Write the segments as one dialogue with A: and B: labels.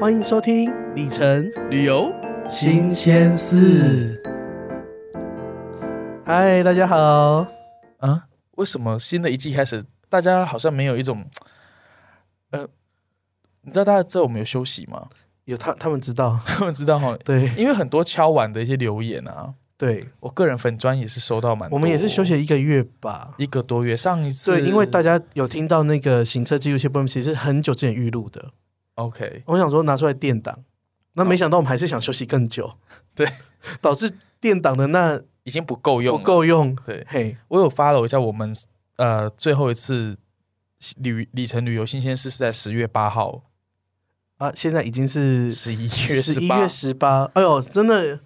A: 欢迎收听《里程
B: 旅游
A: 新鲜事》。嗨，大家好，
B: 啊？为什么新的一季开始，大家好像没有一种，呃，你知道大家知道我们有休息吗？
A: 有他他们知 道，
B: 我知道哈，
A: 对
B: 因为很多敲碗的一些留言啊，
A: 对，
B: 我个人粉砖也是收到蛮多，
A: 我们也是休息了一个月吧。
B: 一个多月，上一次
A: 对，因为大
B: 家
A: 家有听到那个行车记录器部分，其实很久之前预录的，
B: OK
A: 我想说拿出来垫档，那没想到我们还是想休息更久，
B: 对，
A: 导致垫档的那
B: 已经不够用
A: 不
B: 了，
A: 够用，啊
B: 对
A: 嘿，
B: 我有 follow 一下我们呃最后一次旅里程旅游新鲜事是在十月八号，
A: 啊，现在已经是
B: 十一月
A: 十一
B: 八
A: 月十八，哎呦，真的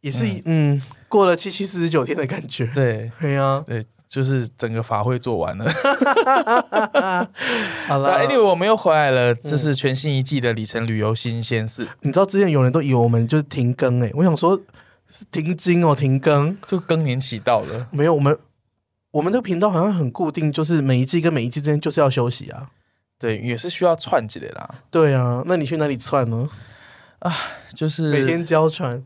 A: 也是
B: 嗯
A: 嗯过了七七四十九天的感觉。
B: 对
A: 对呀、
B: 对，就是整个法会做完了。
A: 好嗯
B: 那
A: 了，
B: anyway，我们又回来了，这是全新一季的里程旅游新鲜事，
A: 你知道之前有人都以为我们就是停更哎、我想说是停经哦，停更
B: 就更年期到了。
A: 没有我们。我们这个频道好像很固定，就是每一季跟每一季之间就是要休息啊。
B: 对，也是需要串起来啦，
A: 对啊，那你去哪里窜呢？
B: 就是
A: 每天交传，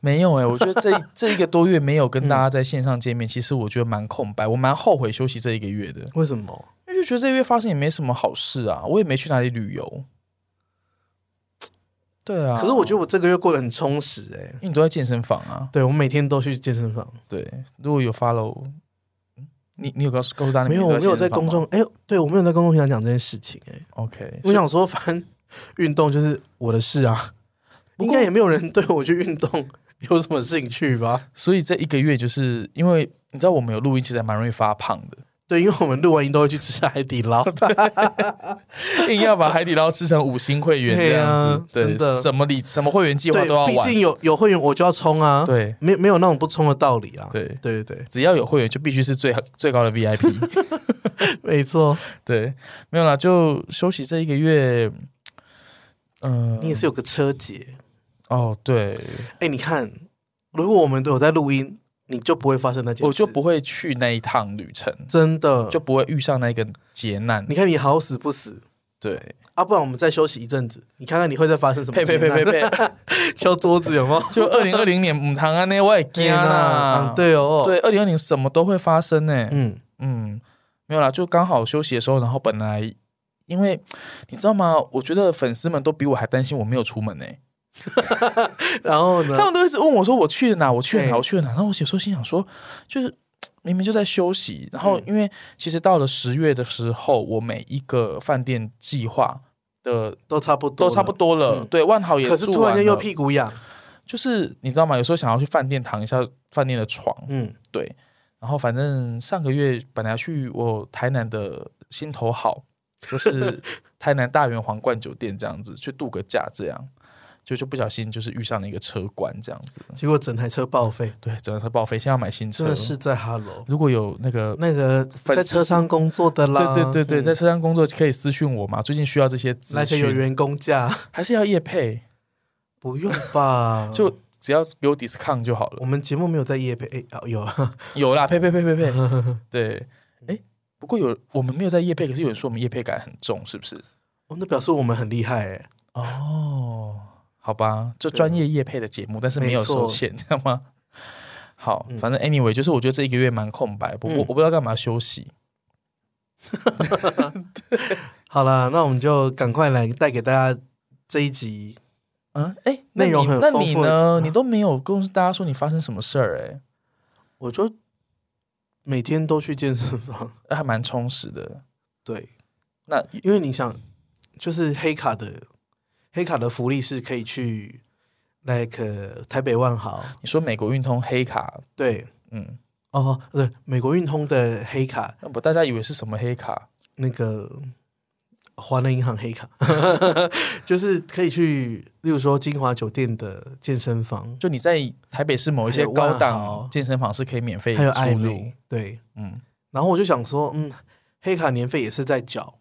B: 没有哎、我觉得这 这一个多月没有跟大家在线上见面，其实我觉得蛮空白，我蛮后悔休息这一个月的，
A: 为什么？
B: 因为就觉得这个月发生也没什么好事啊，我也没去哪里旅游。对啊，
A: 可是我觉
B: 得
A: 得我这个月过得很充实哎、
B: 因为你都在健身房啊，
A: 对，我每天都去健身房。
B: 对，如果有 follow，嗯你你有告诉告诉大家你
A: 没有，
B: 啊每
A: 我
B: 天
A: 没有
B: 都
A: 在
B: 健身房
A: 公
B: 吗
A: 众哎、对我没有在公众平台讲这件事情哎、
B: OK，
A: 我想说，反正运动就是我的事啊，
B: 不
A: 应
B: 过
A: 该也没有人对我去运动 有什么兴趣吧？
B: 所以这一个月就是因为你知道我们有录音，其实还蛮容易发胖的，
A: 对，因为我们录完音都会去吃海底捞，
B: 硬要把海底捞吃成五星会员这样子，
A: 对啊
B: 对
A: 真，的
B: 什么礼什么会员计划都要
A: 对，毕
B: 玩
A: 竟，有有会员我就要充啊，，
B: 对
A: 没没有那种不充的道理啊，
B: 对，
A: 对对
B: 只要有会员就必须是最最高的 VIP，
A: 对，没错，
B: 对，没有啦，就休息这一个月，嗯、
A: 你也是有个车节，
B: 哦，对，
A: 哎，你看，如果我们都有在录音，你就不会发生那件事，
B: 我就不会去那一趟旅程，
A: 真的
B: 就不会遇上那个劫难
A: 嗯你，看你好死不死
B: 对，
A: 啊，不然我们再休息一阵子，你看看你会再发生什么
B: 呸
A: 劫
B: 呸
A: 难？
B: 呸呸呸，
A: 敲桌子 有没有？
B: 就二零二零年母堂啊，那我也惊啦
A: 啊，，对哦，，
B: 对，二零二零什么都会发生呢、
A: 嗯，
B: 嗯，没有啦，就刚好休息的时候，然后本来因为你知道吗？我觉得粉丝们都比我还担心我没有出门呢、
A: 然后呢
B: 他？们都一直问我说我去了哪，我去了哪，
A: 啊对
B: 我去了哪。然后我有时候心想说，就是明明就在休息，然后
A: 嗯
B: 因为其实到了十月的时候，我每一个饭店计划的。
A: 都差不多，
B: 都差不。多了，
A: 嗯
B: 对，万豪也
A: 可是
B: 住
A: 突然间
B: 完
A: 又
B: 了
A: 屁股痒，
B: 就是你知道吗？有时候想要去饭店躺一下饭店的床，
A: 嗯，
B: 对，然后反正上个月本来去我台南的心头好，就是 台南大圆皇冠酒店这样子去度个假，这样就就不小心就是遇上了一个车关这样子，
A: 结果整台车报废，
B: 对，整个车报废，现在要买新车。
A: 真的是在哈喽。
B: 如果有那个，
A: 那个
B: 粉
A: 在
B: 丝
A: 车上工作的啦，
B: 对对对对，
A: 嗯
B: 在车上工作可以私讯我嘛？最近需要这些资
A: 那个有
B: 讯，
A: 员工价，
B: 还是要业配，
A: 不用吧？
B: 就只要给我 discount 就好了
A: 我。们节目没有在夜配，哎，啊有 啊，
B: 有啦，呸呸呸呸 呸，对，哎，不过有我们没有在业配，可是有人说我们业配感很重，是不是？
A: 哦那表示我们很厉害哎，
B: 哦，好吧，就专业业配的节目，但是没有
A: 没错
B: 收钱，知道吗？ 好，
A: 嗯
B: 反正 anyway，就是我觉得这一个月蛮空白，我我
A: 嗯
B: 我不知道干嘛休息。
A: 好啦，那我们就赶快来带给大家这一集。
B: 嗯，哎，那
A: 内容
B: 你
A: 很
B: 那
A: 丰
B: 你
A: 富的
B: 呢？
A: 集
B: 你都没有跟大家说你发生什么事儿、诶
A: 我就每天都去健身房，
B: 哎，还蛮充实的。
A: 对，
B: 那
A: 因为你想，就是黑卡的黑卡的福利是可以去 like 呃台北万豪，
B: 你说美国运通黑卡，
A: 对，
B: 嗯，
A: 哦，对，美国运通的黑卡，
B: 那不大家以为是什么黑卡？
A: 那个华南银行黑卡， 就是可以去，例如说金华酒店的健身房，
B: 就你在台北市某一
A: 还
B: 些
A: 有
B: 高
A: 万
B: 档
A: 豪
B: 健身房是可以免费
A: 还有
B: 出
A: 爱
B: 入，
A: 美，对，
B: 嗯，
A: 然后我就想说，嗯，黑卡年费也是在缴，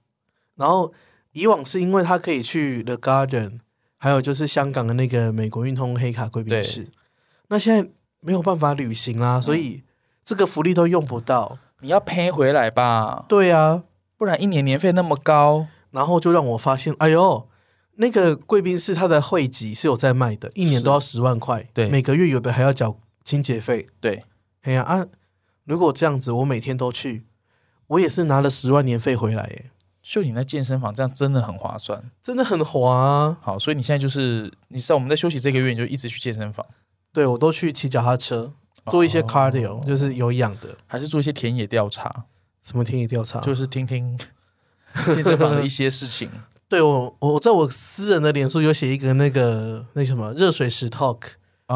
A: 然后以往是因为他可以去 The Garden，还有就是香港的那个美国运通黑卡贵宾室，那现在没有办法旅行啦，
B: 嗯
A: 所以这个福利都用不到。
B: 你要赔回来吧，
A: 对啊，
B: 不然一年年费那么高。
A: 然后就让我发现，哎呦，那个贵宾室它的会籍是有在卖的，一年
B: 是
A: 都要十万块，
B: 对
A: 每个月有的还要缴清洁费。
B: 对，
A: 哎呀啊，如果这样子，我每天都去，我也是拿了十万年费回来，耶，
B: 就你那健身房这样真的很划算。
A: 真的很划、啊。
B: 好，所以你现在就是你知道我们在休息这个月，你就一直去健身房，
A: 对我都去骑脚踏车，做一些
B: 哦
A: cardio，、就是有氧的，
B: 还是做一些田野调查，
A: 什么田野调查。
B: 就是听听 健身房的一些事情。
A: 对我，我在我私人的脸书有写一个那个那什么热水池 talk，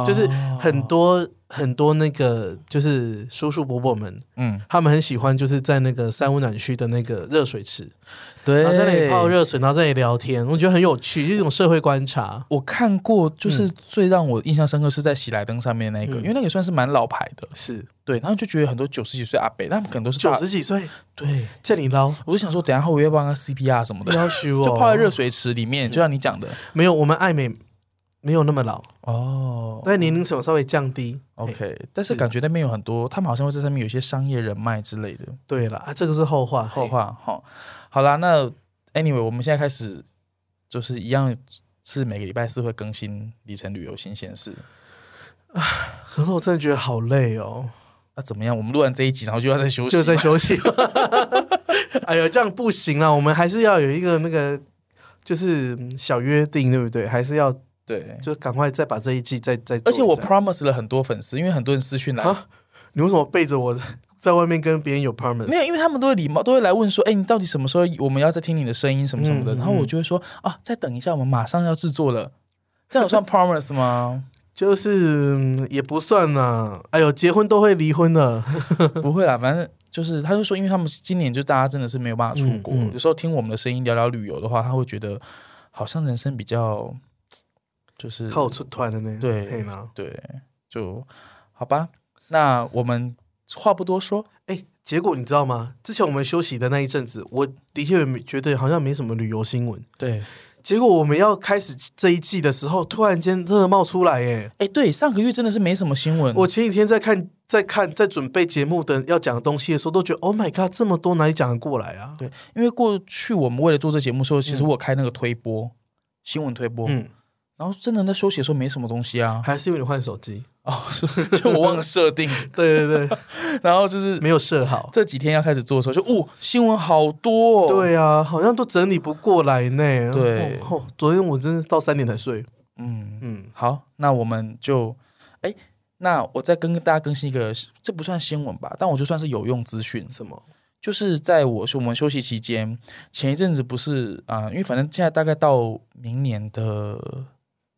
A: 就是
B: 哦
A: 很多很多那个就是叔叔伯伯们，
B: 嗯，
A: 他们很喜欢就是在那个三温暖区的那个热水池，
B: 对，
A: 然后在那里泡热水，然后在那里聊天，我觉得很有趣，就是一种社会观察。
B: 我看过，就是最让我印象深刻是在喜来登上面那个，
A: 嗯
B: 因为那个也算是蛮老牌的，
A: 是
B: 对。然后就觉得很多九十几岁阿伯，他们可能都是
A: 九
B: 大
A: 十几岁
B: 对。
A: 叫你 捞，
B: 我就想说，等一下会不会帮他 CPR 什么的，
A: 要许我
B: 就泡在热水池里面，就像你讲的
A: 没有，我们爱美没有那么老，
B: 哦。
A: 但年龄层有稍微降低。嘿
B: OK，但是感觉那边有很多，他们好像会在上面有一些商业人脉之类的。
A: 对了啊，这个是后话。
B: 后
A: 嘿，
B: 话哈，好啦，那 anyway，我们现在开始就是一样是每个礼拜四会更新里程旅游新鲜事。
A: 可是我真的觉得好累哦，
B: 那怎么样？我们录完这一集，然后就要再休息
A: 就
B: 吗，
A: 在休息。 哎呦，这样不行啦，我们还是要有一个那个就是嗯小约定，对不对？还是要
B: 对。
A: 就赶快再把这一季再再做
B: 而
A: 一下。
B: 且我 promise 了很多粉丝，因为很多人私讯来，
A: 啊，你为什么背着我 在外面跟别人有 promise？
B: 没有，因为他们都会礼貌，都会来问说，哎、你到底什么时候我们要再听你的声音什么什么的？
A: 嗯嗯
B: 然后我就会说，啊，再等一下，我们马上要制作了，这样 有算 promise 吗？
A: 就是、嗯也不算啦。哎呦，结婚都会离婚的，
B: 不会啦，反正就是，他就说，因为他们今年就大家真的是没有办法出国，
A: 嗯嗯
B: 有时候听我们的声音聊聊旅游的话，他会觉得好像人生比较就是
A: 靠我出团的呢。
B: 对
A: 嘿啦，
B: 对，就好吧。那我们话不多说，
A: 哎、结果你知道吗？之前我们休息的那一阵子，我的确没觉得好像没什么旅游新闻。
B: 对，
A: 结果我们要开始这一季的时候，突然间热冒出来耶！
B: 哎，对，上个月真的是没什么新闻，
A: 我前几天在看、在看、在准备节目的要讲的东西的时候，都觉得 Oh my God，这么多哪里讲得过来啊？
B: 对，因为过去我们为了做这节目的时候，其实我有开那个推播、新闻推播，
A: 嗯，
B: 然后真的在休息的时候没什么东西啊，
A: 还是因为你换手机？
B: 哦，就我忘了设定，
A: 对对对，
B: 然后就是
A: 没有设好。
B: 这几天要开始做的时候就，哦，新闻好多、哦，，
A: 对啊，好像都整理不过来呢。
B: 对
A: 哦，哦昨天我真的到三点才睡。
B: 嗯，
A: 嗯，
B: 好，那我们就，哎，那我再跟大家更新一个，这不算新闻吧，但我就算是有用资讯，
A: 什么？
B: 就是在我我们休息期间，前一阵子不是啊、因为反正现在大概到明年的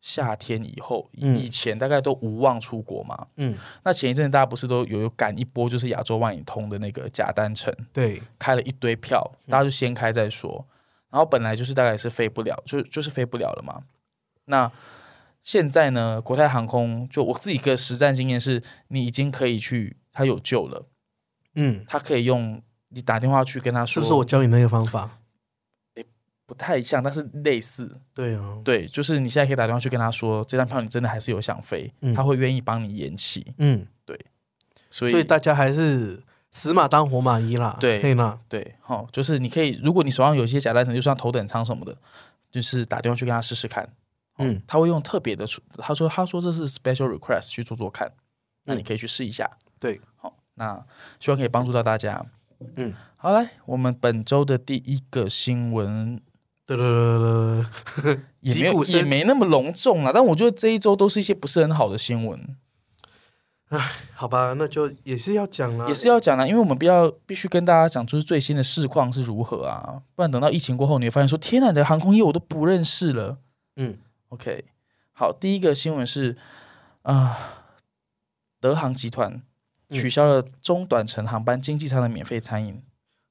B: 夏天以后，以
A: 嗯
B: 以前大概都无望出国嘛。
A: 嗯，
B: 那前一阵子大家不是都有有赶一波，就是亚洲万里通的那个假单程，
A: 对，
B: 开了一堆票，
A: 嗯
B: 大家就先开再说。然后本来就是大概是飞不了，就就是飞不了了嘛。那现在呢，国泰航空就我自己一个实战经验是，你已经可以去，它有救了。
A: 嗯，
B: 他可以用你打电话去跟他
A: 是
B: 说，
A: 不是我教你那个方法？
B: 不太像，但是类似，
A: 对啊，
B: 对，就是你现在可以打电话去跟他说，这张票你真的还是有想飞，
A: 嗯
B: 他会愿意帮你延期，
A: 嗯，
B: 所以
A: 所以大家还是死马当活马医啦。
B: 对
A: 嘿啦，
B: 对，好、就是你可以，如果你手上有一些假单程，就算头等舱什么的，就是打电话去跟他试试看，哦
A: 嗯
B: 他会用特别的处，他说他说这是 special request 去做做看，那
A: 嗯
B: 你可以去试一下，
A: 对，
B: 好、那希望可以帮助到大家，
A: 嗯，
B: 好来，我们本周的第一个新闻
A: 对对对对对，
B: 也没
A: 击
B: 有
A: 鼓
B: 也
A: 声
B: 没那么隆重啦，但我觉得这一周都是一些不是很好的新闻，
A: 好吧，那就也是要讲啦，
B: 也是要讲啦，因为我们必要必须跟大家讲，就是最新的市况是如何啊，不然等到疫情过后，你会发现说，天哪，你的航空业我都不认识了。
A: 嗯
B: OK，好，第一个新闻是啊、德航集团
A: 嗯
B: 取消了中短程航班经济舱的免费餐饮。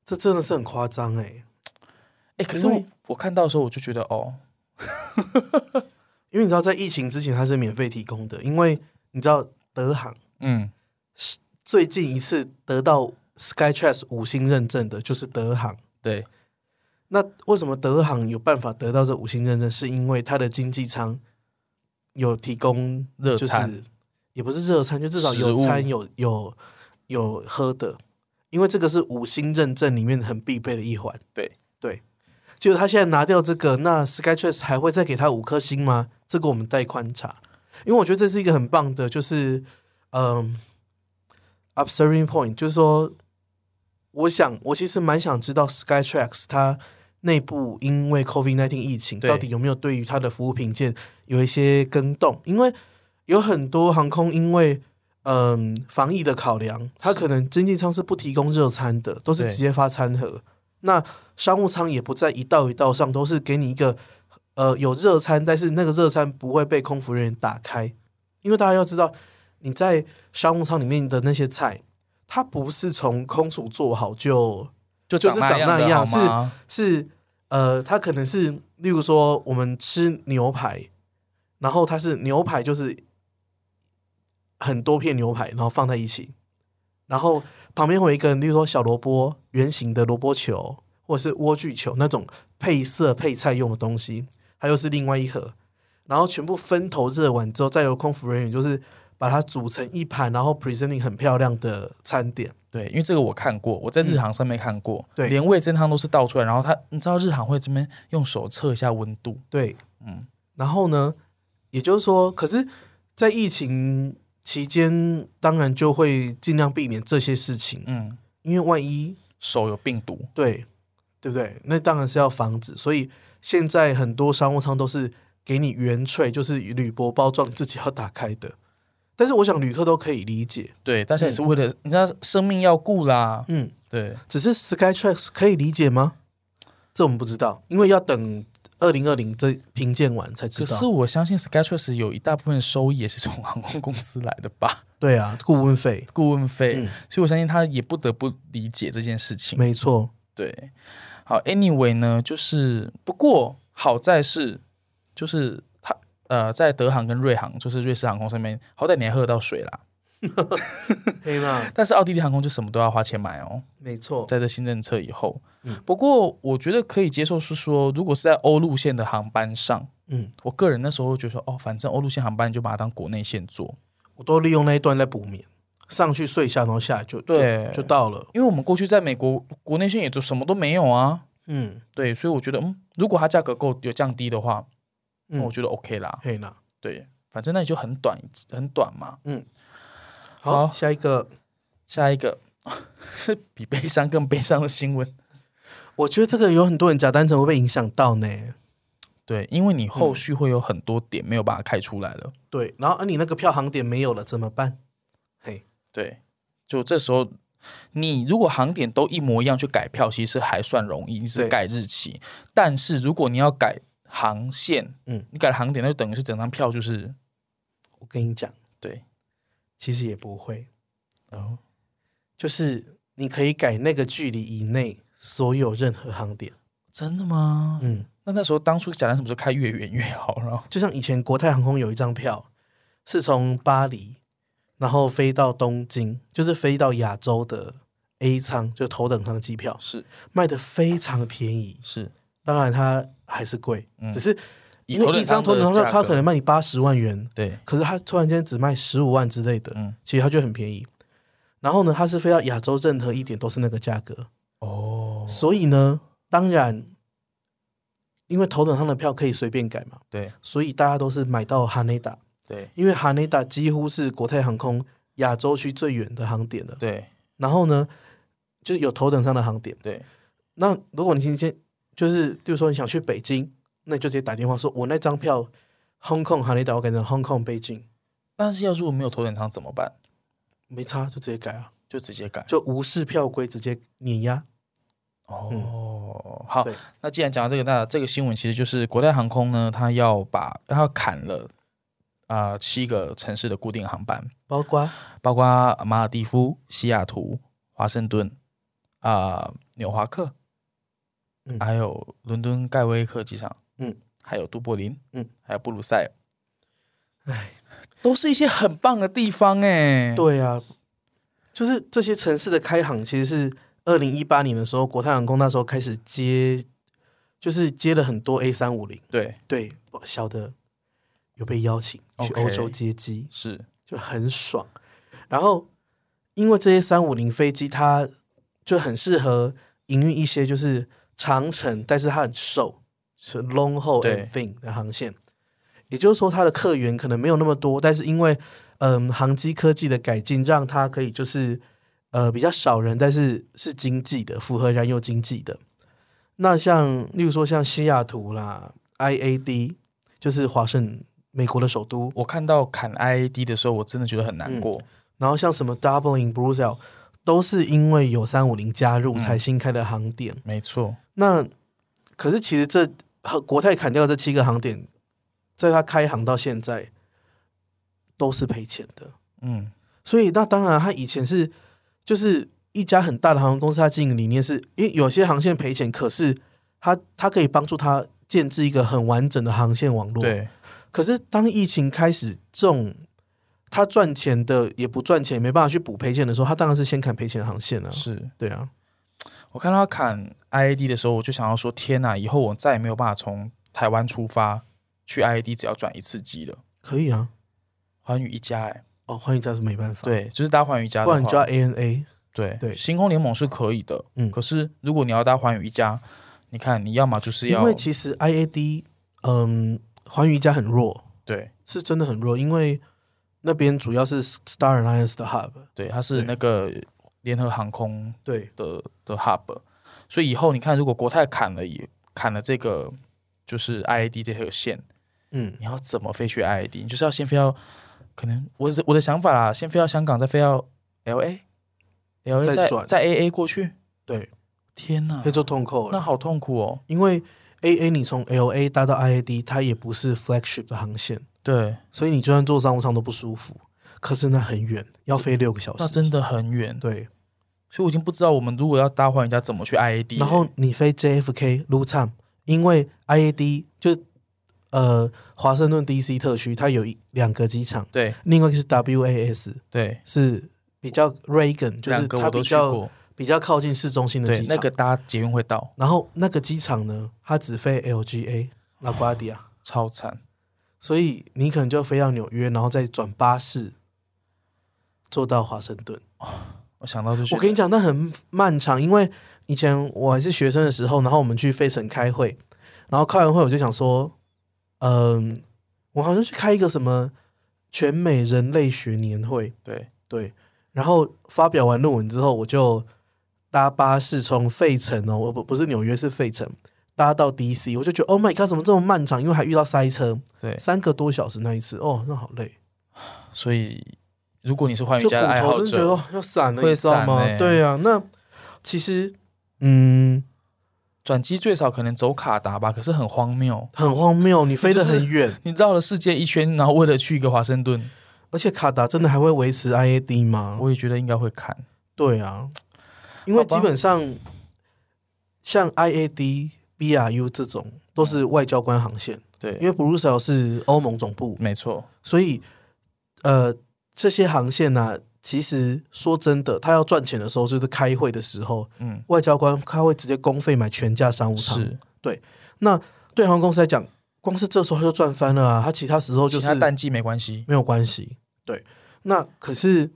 A: 这真的是很夸张哎，
B: 哎、可是
A: 因
B: 我
A: 为
B: 我看到的时候，我就觉得哦，
A: 因为你知道在疫情之前它是免费提供的，因为你知道德航
B: 嗯，
A: 最近一次得到 Skytrax 五星认证的就是德航。
B: 对，
A: 那为什么德航有办法得到这五星认证？是因为它的经济舱有提供
B: 热
A: 就是
B: 餐
A: 也不是热餐，就至少
B: 食
A: 有
B: 物
A: 餐有有有喝的，因为这个是五星认证里面很必备的一环。
B: 对
A: 对，就他现在拿掉这个，那 Skytrax 还会再给他五颗星吗？这个我们带宽查，因为我觉得这是一个很棒的，就是嗯、u b s e r v i n g point，就是说，我想我其实蛮想知道 Skytrax 它内部因为 COVID nineteen 疫情
B: 对
A: 到底有没有对于它的服务品鉴有一些跟动，因为有很多航空因为嗯，防疫的考量，它可能经济舱是不提供热餐的，都是
B: 对
A: 直接发餐盒。那商务舱也不在一道一道上，都是给你一个呃有热餐，但是那个热餐不会被空服人员打开，因为大家要知道，你在商务舱里面的那些菜，它不是从空厨做好就
B: 就
A: 就是长
B: 样
A: 那
B: 的
A: 样
B: 好吗？
A: 是呃，它可能是例如说我们吃牛排，然后它是牛排就是很多片牛排，然后放在一起，然后旁边会有一个例如说小萝卜圆形的萝卜球或者是莴苣球那种配色配菜用的东西，它又是另外一盒，然后全部分头热完之后，再由空服人员就是把它组成一盘，然后 presenting 很漂亮的餐点。
B: 对，因为这个我看过，我在日航上面看过，
A: 嗯对
B: 连味增汤都是倒出来，然后它你知道日航会这边用手测一下温度，
A: 对，
B: 嗯，
A: 然后呢，也就是说，可是，在疫情期间，当然就会尽量避免这些事情，
B: 嗯，
A: 因为万一
B: 手有病毒，
A: 对对不对？那当然是要防止。所以现在很多商务舱都是给你原萃，就是铝箔包装，你自己要打开的。但是我想旅客都可以理解，
B: 对，大家也是为了、你知道生命要顾啦，
A: 嗯，
B: 对，
A: 只是 Skytrax 可以理解吗？这我们不知道，因为要等二零二零这评鉴完才知
B: 可
A: 道
B: 是。我相信 Skytrax 有一大部分收益也是从航空公司来的吧，
A: 对啊，顾问费，
B: 顾问费，
A: 嗯
B: 所以我相信他也不得不理解这件事情。
A: 没错，
B: 对，好，anyway 呢，就是不过好在是，就是他呃，在德航跟瑞航，就是瑞士航空上面，好歹你还喝得到水啦。
A: 黑娜，
B: 但是奥地利航空就什么都要花钱买哦，
A: 没错，
B: 在这新政策以后。
A: 嗯
B: 不过我觉得可以接受是说，如果是在欧路线的航班上，
A: 嗯，
B: 我个人那时候觉得说，哦，反正欧路线航班就把它当国内线做，
A: 我都利用那一段在补眠，上去睡一下，然后下来就就
B: 对
A: 就到了。
B: 因为我们过去在美国国内线也就什么都没有啊。
A: 嗯，
B: 对，所以我觉得，嗯，如果它价格够有降低的话，那
A: 嗯
B: 我觉得 OK 啦。
A: 可以啦。
B: 对，反正那就很短，很短嘛。
A: 好，
B: 嗯好
A: 下一个，
B: 下一个 比悲伤更悲伤的新闻，
A: 我觉得这个有很多人假单程会被影响到呢。
B: 对，因为你后续会有很多点没有把它开出来了，
A: 对，然后、啊、你那个票航点没有了怎么办？嘿，
B: 对，就这时候你如果航点都一模一样去改票，其实还算容易，你只
A: 对
B: 改日期。但是如果你要改航线，
A: 嗯
B: 嗯，你改了航点，那就等于是整张票就是
A: 我跟你讲，
B: 对，
A: 其实也不会，
B: 哦，
A: 就是你可以改那个距离以内所有任何航点。
B: 真的吗？
A: 嗯，
B: 那那时候当初假单什么时候开越远越好，然后
A: 就像以前国泰航空有一张票是从巴黎，然后飞到东京，就是飞到亚洲的 A 舱，就头等舱机票。
B: 是
A: 卖的非常的便宜，
B: 是
A: 当然它还是贵，
B: 嗯
A: 只是
B: 以
A: 因为
B: 头等
A: 一张头
B: 舱的
A: 等舱票
B: 价
A: 它
B: 格
A: 可能卖你八十万元，
B: 对，
A: 可是它突然间只卖十五万之类的，
B: 嗯
A: 其实它就很便宜。然后呢，它是飞到亚洲任何一点都是那个价格，
B: 哦，
A: 所以呢，当然，因为头等舱的票可以随便改嘛，
B: 对
A: 所以大家都是买到哈内达，
B: 对
A: 因为哈内达几乎是国泰航空亚洲区最远的航点了。
B: 对
A: 然后呢，就有头等舱的航点。
B: 对，
A: 那如果你今天就是，比如说你想去北京，那你就直接打电话说，我那张票 Hong Kong 韩雷岛，我改成 Hong Kong 北京，
B: 但是要如果没有头等舱怎么办？
A: 没差就直接改啊，
B: 就直接改
A: 就无视票规直接碾压。
B: 哦。好
A: 对，
B: 那既然讲到这个，那这个新闻其实就是国泰航空呢，它要把它要砍了啊、呃七个城市的固定航班，
A: 包括
B: 包括马尔蒂夫、西雅图、华盛顿啊、纽华克，
A: 嗯
B: 还有伦敦盖威克机场，
A: 嗯，
B: 还有都柏林，
A: 嗯，
B: 还有布鲁塞尔，
A: 哎，
B: 都是一些很棒的地方哎、
A: 对啊，就是这些城市的开航其实是二零一八年的时候，国泰航空那时候开始接，就是接了很多 A 三五零，
B: 对，
A: 对，我晓得有被邀请去
B: OK
A: 欧洲接机。
B: 是
A: 就很爽。然后因为这些三五零飞机，它就很适合营运一些就是长程，但是它很瘦，是 long haul
B: 对
A: and thin 的航线。也就是说，它的客源可能没有那么多，但是因为嗯，航机科技的改进，让它可以就是呃比较少人，但是是经济的，符合燃油经济的。那像例如说像西雅图啦，IAD 就是华盛美国的首都，
B: 我看到砍 IAD 的时候，我真的觉得很难过。
A: 然后像什么 Dublin、Brussels 都是因为有三五零加入
B: 嗯
A: 才新开的航点。
B: 没错，
A: 那可是其实这和国泰砍掉这七个航点，在它开航到现在都是赔钱的。
B: 嗯，
A: 所以那当然，它以前是就是一家很大的航空公司，它经营理念是，因为有些航线赔钱，可是它它可以帮助它建制一个很完整的航线网络。。
B: 对，
A: 可是当疫情开始，这种它赚钱的也不赚钱，没办法去补赔钱的时候，它当然是先砍赔钱的航线啊。
B: 是
A: 对啊，
B: 我看到他砍 IAD 的时候，我就想要说，天哪，以后我再也没有办法从台湾出发去 IAD，只要转一次机了。
A: 可以啊。
B: 环宇一家、欸，哎，
A: 哦，欢迎家是没办法。。
B: 对，啊就是搭环宇一家
A: 不然
B: 的
A: 你就要
B: 话，
A: ANA，
B: 对
A: 对
B: 星空联盟是可以的，
A: 嗯
B: 可是如果你要搭环宇一家，你看你要么就是
A: 因
B: 要
A: 为其实 IAD，嗯，环宇一家很弱，
B: 对
A: 是真的很弱，因为那边主要是 Star Alliance 的 hub，
B: 对，它是
A: 对
B: 那个联合航空
A: 对，
B: 的的 hub，所以以后你看，如果国泰砍了也砍了这个就是 IAD 这条线，
A: 嗯，
B: 你要怎么飞去 IAD？你就是要先飞到，可能我的我的想法啦，先飞到香港，再飞到 LA，LA
A: 再
B: 再
A: 转
B: 再 AA 过去。
A: 对，
B: 天哪
A: 可以，做痛扣
B: 那
A: 了，
B: 好痛苦哦。
A: 因为 AA 你从 LA 搭到 IAD，它也不是 flagship 的航线，
B: 对，
A: 所以你就算坐商务舱都不舒服。可是那很远，要飞六个小时，
B: 那真的很远，
A: 对。
B: 所以我已经不知道我们如果要搭环宇家怎么去 IAD 欸。
A: 然后你飞 JFK、l u t a m 因为 IAD 就是呃华盛顿 DC 特区，它有一两个机场，
B: 对
A: 另外一个是 WAS，
B: 对，
A: 是比较 Reagan，就
B: 两
A: 是
B: 个
A: 它
B: 我都
A: 比
B: 去
A: 较
B: 过，
A: 比较靠近市中心的
B: 对
A: 机场。
B: 那个搭捷运会到，
A: 然后那个机场呢，它只飞 LGA 拉瓜迪亚，
B: 超惨。
A: 所以你可能就飞到纽约，然后再转巴士坐到华盛顿。
B: 我想到就觉
A: 我跟你
B: 得
A: 讲，那很漫长，因为以前我还是学生的时候，然后我们去费城开会，然后开完会我就想说，嗯、我好像去开一个什么全美人类学年会，
B: 对
A: 对，然后发表完论文之后，我就搭巴士从费城哦，我不不是纽约是费城，搭到 DC，我就觉得 Oh my God，怎么这么漫长？因为还遇到塞车，
B: 对，
A: 三个多小时那一次，哦，那好累，
B: 所以如果你是环宇
A: 就骨
B: 家的爱好
A: 头真的觉得
B: 者，
A: 哦要散了，
B: 会
A: 你知道
B: 散
A: 吗？
B: 欸
A: 对啊，那其实嗯
B: 转机最少可能走卡达吧，可是很荒谬。
A: 很荒谬，你飞得很远，
B: 你绕了世界一圈，然后为了去一个华盛顿，
A: 而且卡达真的还会维持 IAD 吗？
B: 我也觉得应该会看。
A: 对啊，因为
B: 好吧
A: 基本上像 IAD、BRU 这种都是外交官航线。因
B: 对，
A: 为 Brussels 是欧盟总部，
B: 没错，
A: 所以呃，这些航线呢、其实说真的，他要赚钱的时候，就是开会的时候，
B: 嗯，
A: 外交官他会直接公费买全价商务舱。
B: 是。
A: 那对航空公司来讲，光是这时候他就赚翻了啊！他其他时候就
B: 其
A: 是
B: 他淡季没关系，
A: 没有关系。对，那可是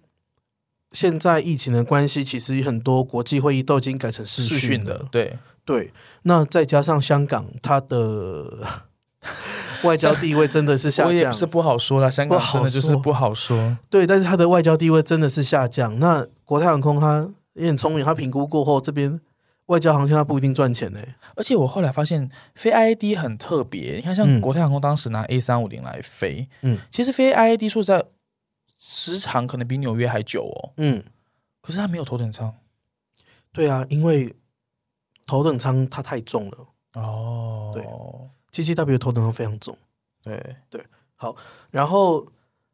A: 现在疫情的关系，其实很多国际会议都已经改成视
B: 视
A: 讯
B: 讯的，对，
A: 对，那再加上香港，它的 外交地位真的是下
B: 我也
A: 降
B: 不，是不好说啦，香港
A: 不好
B: 真的就是
A: 说
B: 不好说，
A: 对，但是它的外交地位真的是下降。那国泰航空它也很聪明，它评估过后，这边外交航线它不一定赚钱呢、欸
B: 而且我后来发现飞 IAD 很特别，你看
A: 嗯
B: 像国泰航空当时拿 A 三五零来飞，
A: 嗯
B: 其实飞 IAD 说实在时长可能比纽约还久哦，
A: 嗯，
B: 可是它没有头等舱
A: 对啊，因为头等舱它太重了
B: 哦，
A: 七七 w 头等舱非常重。
B: 对对，
A: 然后，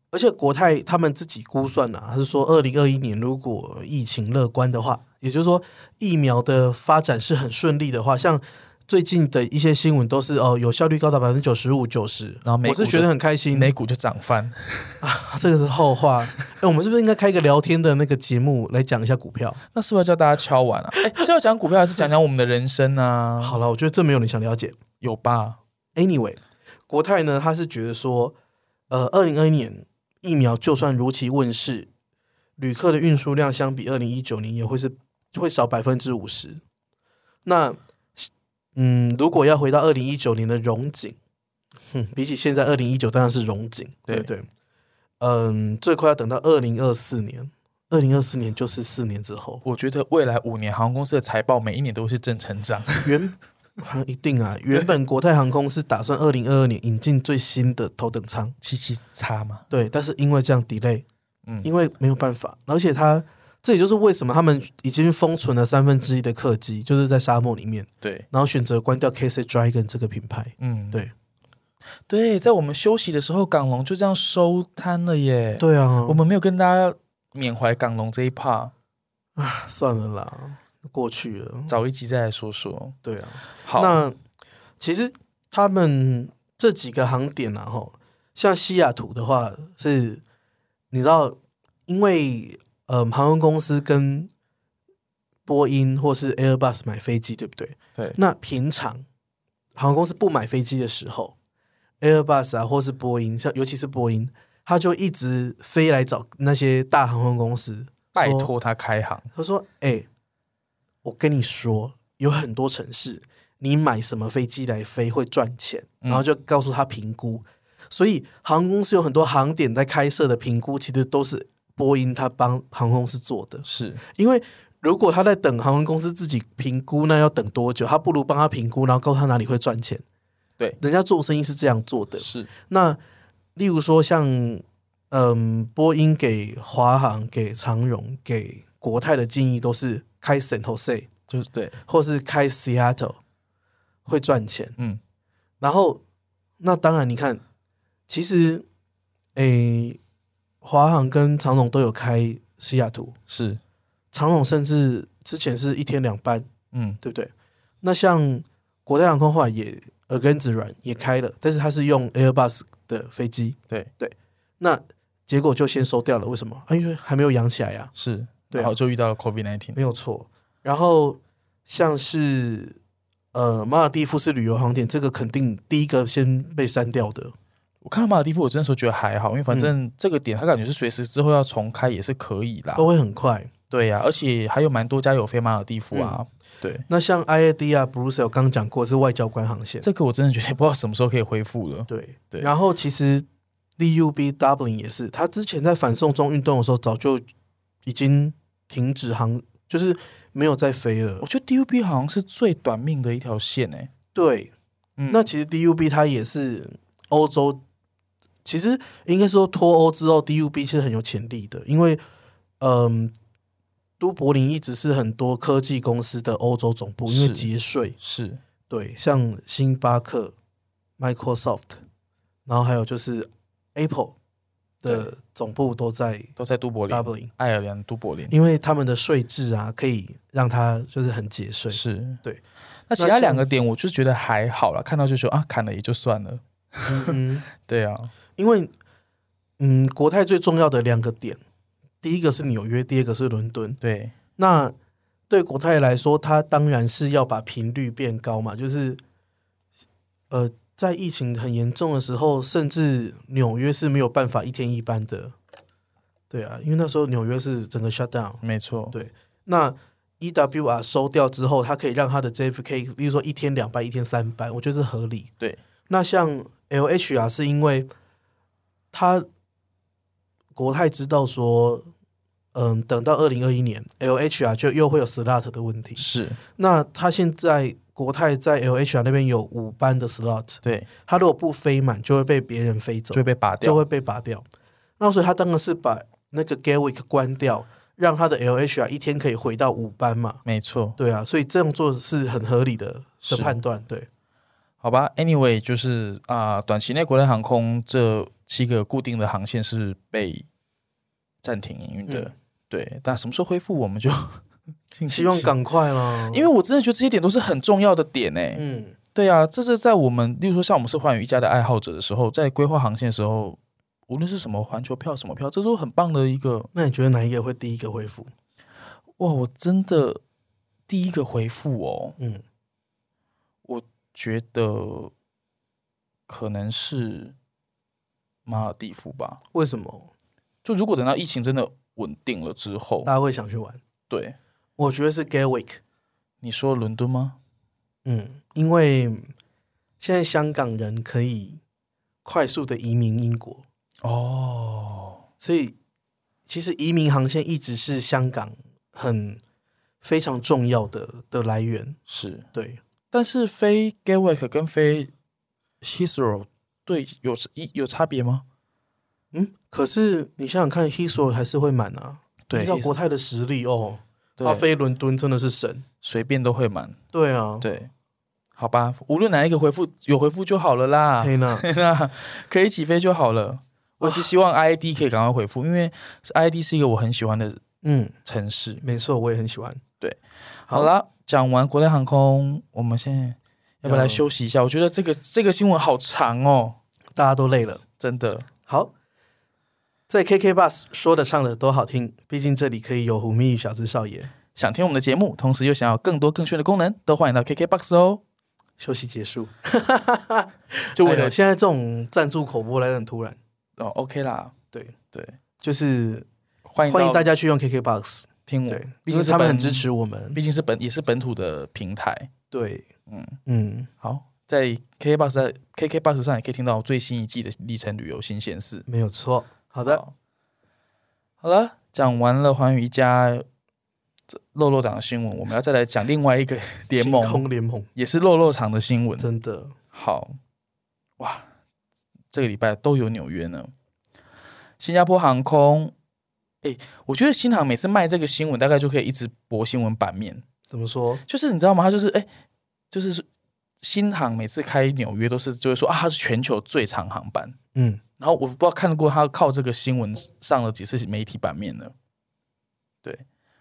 A: 而且国泰他们自己估算啊，是说二零二一年如果疫情乐观的话，也就是说疫苗的发展是很顺利的话，像最近的一些新闻都是哦，有效率高达百分之九十五、九十，
B: 然后美
A: 我
B: 股
A: 是觉得很开心。
B: 美股就涨翻，
A: 啊这个是后话。哎，我们是不是应该开一个聊天的那个节目来讲一下股票？
B: 那是不是要叫大家敲完啊？哎，是要讲股票还是讲讲我们的人生呢、啊？
A: 好了，我觉得这 没有人想了解。
B: 有吧？
A: Anyway，国泰呢，他是觉得说，呃，二零二一年疫苗就算如期问世，旅客的运输量相比二零一九年也会是会少百分之五十。那嗯，如果要回到二零一九年的荣景，哼，比起现在二零一九当然是荣景，对
B: 对
A: 对。嗯，最快要等到二零二四年，二零二四年就是四年之后。
B: 我觉得未来五年航空公司的财报每一年都是正成长，
A: 原一定啊，原本国泰航空是打算二零二二年引进最新的头等舱，
B: 七七差嘛，
A: 对，但是因为这样 delay，
B: 嗯
A: 因为没有办法，而且它这也就是为什么他们已经封存了三分之一的客机，就是在沙漠里面，
B: 对，
A: 然后选择关掉 KC Dragon 这个品牌。
B: 嗯，
A: 对
B: 对，在我们休息的时候，港龙就这样收摊了耶。，
A: 对啊，
B: 我们没有跟大家缅怀港龙这一趴，
A: 啊算了啦，过去了。
B: 早一集再来说说。
A: 对啊，嗯
B: 好，
A: 那其实他们这几个航点啊，吼，像西雅图的话是，你知道，因为嗯、航空公司跟波音或是 Airbus 买飞机，对不对？
B: 对
A: 那平常航空公司不买飞机的时候，Airbus 啊，或是波音，像尤其是波音，他就一直飞来找那些大航空公司，
B: 拜
A: 说
B: 托他开航，
A: 他说：“哎、我跟你说，有很多城市，你买什么飞机来飞会赚钱，
B: 嗯
A: 然后就告诉他评估。所以航空公司有很多航点在开设的评估，其实都是波音他帮航空公司做的。
B: 是
A: 因为如果他在等航空公司自己评估，那要等多久？他不如帮他评估，然后告诉他哪里会赚钱。
B: 对
A: 人家做生意是这样做的。
B: 是，
A: 那例如说像嗯，波音给华航、给长荣、给国泰的建议都是开 San Jose
B: 就是对，
A: 或是开 Seattle 会赚钱。
B: 嗯，
A: 然后那当然，你看，其实诶，华航跟长荣都有开西雅图，
B: 是，
A: 长荣甚至之前是一天两班，
B: 嗯，
A: 对不对？那像国泰航空后来也耳根子软也开了，但是它是用 Airbus 的飞机，
B: 对
A: 那结果就先收掉了。为什么？啊，因为还没有养起来呀、
B: 是，
A: 对啊
B: 然后就遇到了 COVID nineteen，
A: 没有错。然后像是呃马尔地夫是旅游航点，这个肯定第一个先被删掉的。
B: 我看到马尔地夫，我真的时候觉得还好，因为反
A: 嗯
B: 正这个点他感觉是随时之后要重开也是可以啦。
A: 都会很快。
B: 对啊呀、而且还有蛮多家有飞马尔地夫
A: 嗯
B: 啊。对，
A: 那像 IAD 啊、Brussels 刚讲过是外交官航线，
B: 这个我真的觉得不知道什么时候可以恢复了。
A: 对
B: 对
A: 然后其实 DUB Dublin 也是，他之前在反送中运动的时候早就已经停止航，就是没有再飞了
B: 我。觉得 DUB 好像是最短命的一条线诶、
A: 对，
B: 嗯
A: 那其实 DUB 它也是欧洲，其实应该说脱欧之后，DUB 是很有潜力的，因为嗯，都柏林一直是很多科技公司的欧洲总部，因为
B: 是
A: 节税，
B: 是
A: 对，像星巴克、Microsoft，然后还有就是 Apple
B: 对
A: 的总部都在
B: 都在都柏林、
A: Dublin，
B: 爱尔兰都柏林
A: 因为他们的税制啊，可以让它就是很节税。
B: 是。
A: 对，
B: 那其他
A: 像
B: 两个点我就觉得还好啦，看到就说啊，砍了也就算了。
A: 嗯哼
B: 对啊，
A: 因为嗯，国泰最重要的两个点，第一个是纽约，第二个是伦敦。
B: 对，
A: 那对国泰来说，它当然是要把频率变高嘛，就是呃，在疫情很严重的时候，甚至纽约是没有办法一天一班的。对啊，因为那时候纽约是整个 shut down。
B: 没错，
A: 对那 EWR 收掉之后，它可以让它的 JFK，例如说一天两班、一天三班，我觉得是合理。
B: 对，
A: 那像 LHR 是因为它国泰知道说，嗯，等到二零二一年 LHR 就又会有 slot 的问题。
B: 是，
A: 那它现在国泰在 LHR 那边有五班的 slot，
B: 对，
A: 它如果不飞满，就会被别人飞走
B: 就。会被拔掉。
A: 就会被拔掉。那所以他当然是把那个 Gawick 关掉，让他的 LHR 一天可以回到五班嘛。
B: 没错，
A: 对啊，所以这样做是很合理的
B: 是
A: 的判断。对，
B: 好吧。Anyway，就是啊、短期内国内航空这七个固定的航线是被暂停营运的。
A: 嗯
B: 对，但什么时候恢复，我们就 敬请
A: 希望
B: 期
A: 赶快啦，
B: 因为我真的觉得这些点都是很重要的点欸诶、
A: 嗯，
B: 对啊，这是在我们，例如说像我们是寰宇一家的爱好者的时候，在规划航线的时候，无论是什么环球票、什么票，这都很棒的一个
A: 那你觉得哪一个会第一个恢复？
B: 哇！我真的第一个回复哦，
A: 嗯，
B: 觉得可能是马尔蒂夫吧。
A: 为什么
B: 就如果等到疫情真的稳定了之后
A: 大，家会想去玩？
B: 对
A: 我觉得是 Gawick。
B: 你说伦敦吗？
A: 嗯，因为现在香港人可以快速的移民英国，
B: 哦，
A: 所以其实移民航线一直是香港很非常重要的的来源。
B: 是，
A: 对，
B: 但是飞 Gatwick 跟飞 Heathrow 对有一有差别吗？
A: 嗯，可是你想想看 h i s o 还是会满啊。
B: 对
A: 依照国泰的实力哦，
B: 对
A: 他飞伦敦真的是神。
B: 随便都会满，
A: 对啊，
B: 对，好吧，无论哪一个回复有回复就好了啦，
A: 黑 娜，
B: 那可以起飞就好了。我
A: 啊
B: 是希望 ID 可以赶快回复，因为 ID 是一个我很喜欢的
A: 嗯，
B: 城市。
A: 没错，我也很喜欢。
B: 好啦，讲完国泰航空，我们现在要不要来休息一下？我觉得这个这个新闻好长哦，
A: 大家都累了。
B: 真的。
A: 好，在 KK Bus 说的唱的都好听，毕竟这里可以有胡蜜与小资少爷。
B: 想听我们的节目，同时又想要更多更炫的功能，都欢迎到 KKBOX 哦。
A: 休息结束，
B: 就为
A: 哎
B: 了、
A: 呦现在这种赞助口播来的很突然，
B: 哦，OK 啦，
A: 对
B: 对，
A: 就是
B: 欢迎
A: 欢迎大
B: 家
A: 家去用 KK Box，
B: 听我
A: 对，，
B: 毕
A: 因为
B: 竟是
A: 他们
B: 本
A: 很支，持我们。
B: 毕竟是本也是本土的平台。
A: 对，
B: 嗯
A: 嗯，
B: 好，在 KKBOX 在 KKBOX 上也可以听到最新一季的历程旅游新鲜事。
A: 没有错。好的，
B: 好，好了，讲完了寰宇一家这肉肉党的新闻，我们要再来讲另外 一个联
A: 星
B: 盟，嗯
A: 空联盟
B: 也是肉肉厂的新闻。
A: 真的
B: 好，哇，这个礼拜都有纽约呢。新加坡航空，哎、我觉得新航每次卖这个新闻，大概就可以一直博新闻版面。
A: 怎么说？
B: 就是你知道吗？它就是哎、就是新航每次开纽约都是就会说啊，它是全球最长航班。
A: 嗯，
B: 然后我不知道看过他靠这个新闻上了几次媒体版面了。对，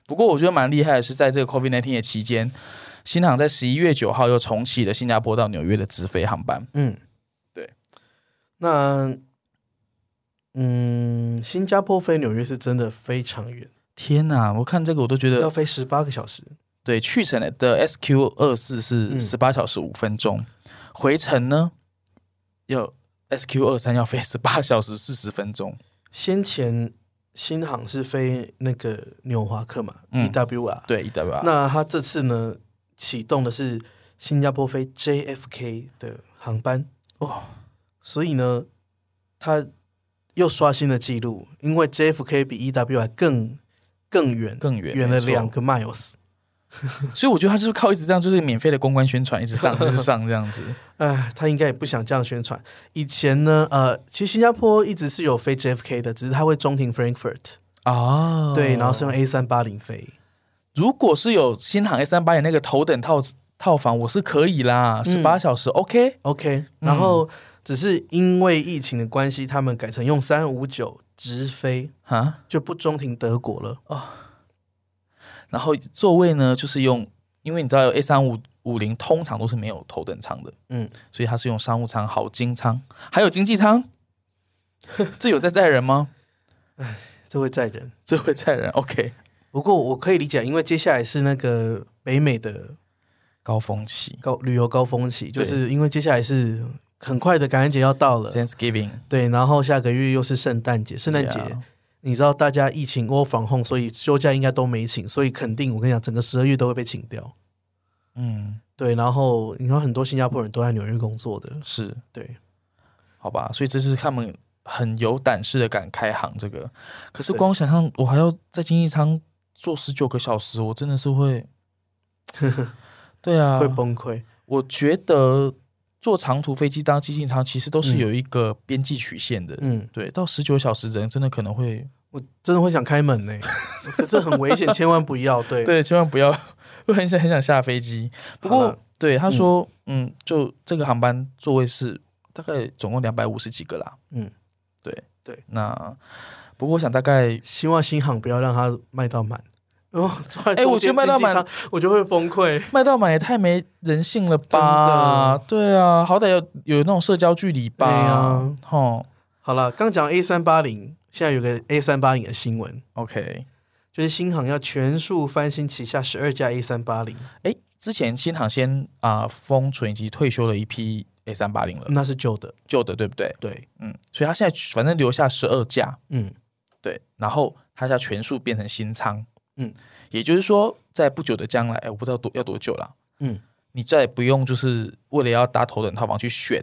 B: 不过我觉得蛮厉害的是，在这个 COVID 1 9的期间，新航在十一月九号又重启了新加坡到纽约的直飞航班。
A: 嗯，
B: 对。
A: 那，嗯，新加坡飞纽约是真的非常远，
B: 天哪！我看这个我都觉
A: 要
B: 得，
A: 飞十八个小时。
B: 对，去程的 SQ 二四是
A: 嗯
B: 十八小时五分钟，回程呢要 SQ 二三要飞十八小时四十分钟。
A: 先前新航是飞那个纽华克嘛、
B: 嗯
A: e w r
B: 对，一啊代吧。
A: 那他这次呢启动的是新加坡飞 JFK 的航班，
B: 哦，
A: 所以呢，他又刷新了记录，因为 JFK 比 EWR 更更远，
B: 更远
A: 远了
B: 没错
A: 两个 miles。
B: 所以我觉得他就是靠一直这样，就是免费的公关宣传，一直上， 一直上这样子。
A: 哎，他应该也不想这样宣传。以前呢，呃，其实新加坡一直是有飞 JFK 的，只是他会中停 Frankfurt，、
B: 哦，
A: 对，然后是用 A 三八零飞。
B: 如果是有新航 A 三八零那个头等套套房，我是可以啦，
A: 嗯
B: 十八小时、OK。
A: OK，然后只是因为疫情的关系，他们改成用三五九直飞，
B: 啊，
A: 就不中停德国了。
B: 然后座位呢，就是用，因为你知道有 A 三五五零通常都是没有头等舱的，
A: 嗯，
B: 所以它是用商务舱、豪金舱，还有经济舱。这有在载人吗？
A: 这会载人。
B: 这会载人，OK。
A: 不过我可以理解，因为接下来是那个北美的
B: 高峰期
A: 高旅游高峰期，就
B: 对
A: 是因为接下来是很快的感恩节要到了，
B: ，Thanksgiving，
A: 对，然后下个月又是圣诞节，圣诞节。
B: Yeah
A: 你知道大家疫情 work from home，所以休假应该都没请，所以肯定我跟你讲，整个十二月都会被请掉。
B: 嗯，
A: 对，然后你看很多新加坡人都在纽约工作的，
B: 是
A: 对，
B: 好吧，所以这是他们很有胆识的敢开行这个。可是
A: 对
B: 光想象我还要在经济舱坐十九个小时，我真的 是会，对啊，
A: 会崩溃。
B: 我觉得坐长途飞机当经济舱其实都是
A: 嗯
B: 有一个边际曲线的，
A: 嗯，
B: 对，到十九小时人真的可能会，
A: 我真的会想开门呢、可这很危险，千万不要。对，
B: 对，千万不要， 我很想很想下飞机。不
A: 好
B: 过
A: 啦，
B: 对他说，嗯，就这个航班座位是大概总共两百五十几个啦，
A: 嗯，
B: 对
A: 对，
B: 那。不过我想大概
A: 希望新航不要让它卖到满。哦，哎
B: 哎我觉得卖到满，
A: 我就会崩溃。
B: 麦当满也太没人性了吧？对啊，好歹有有那种社交距离吧？
A: 对啊
B: 吼
A: 好了，刚讲 A 三八零，现在有个 A 三八零的新闻，
B: ，OK。
A: 就是新航要全数翻新旗下十二架 A 三八零，
B: 哎，之前新航先啊、封存以及退休了一批 A 三八零了，
A: 那是旧的。
B: 旧的对不对？
A: 对，
B: 嗯，所以他现在反正留下十二架，
A: 嗯，
B: 对，然后他要全数变成新仓，
A: 嗯，
B: 也就是说，在不久的将来，哎，我不知道多要多久了，
A: 嗯，
B: 你再也不用就是为了要搭头等套房去选，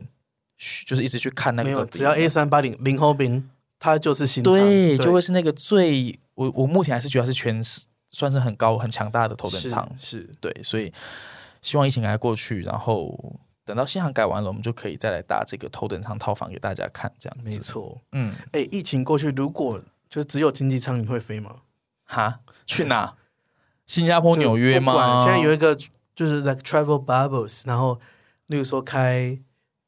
B: 去就是一直去看那个
A: 没
B: 地
A: 有，
B: 方。
A: 只要 A 三八零零后兵，它就是新仓
B: 对，就会是那个最我我目前还是觉得它是全市算是很高很强大的头等舱。
A: 是是
B: 对，所以希望疫情赶快过去，然后等到新航改完了，我们就可以再来搭这个头等舱套房给大家看，这样
A: 没
B: 子。
A: 错。
B: 嗯，
A: 哎，疫情过去，如果就只有经济舱，你会飞吗？
B: 哈，去哪？新加坡、
A: 就
B: 纽约
A: 不管
B: 吗？
A: 现在有一个就是 like travel bubbles，然后例如说开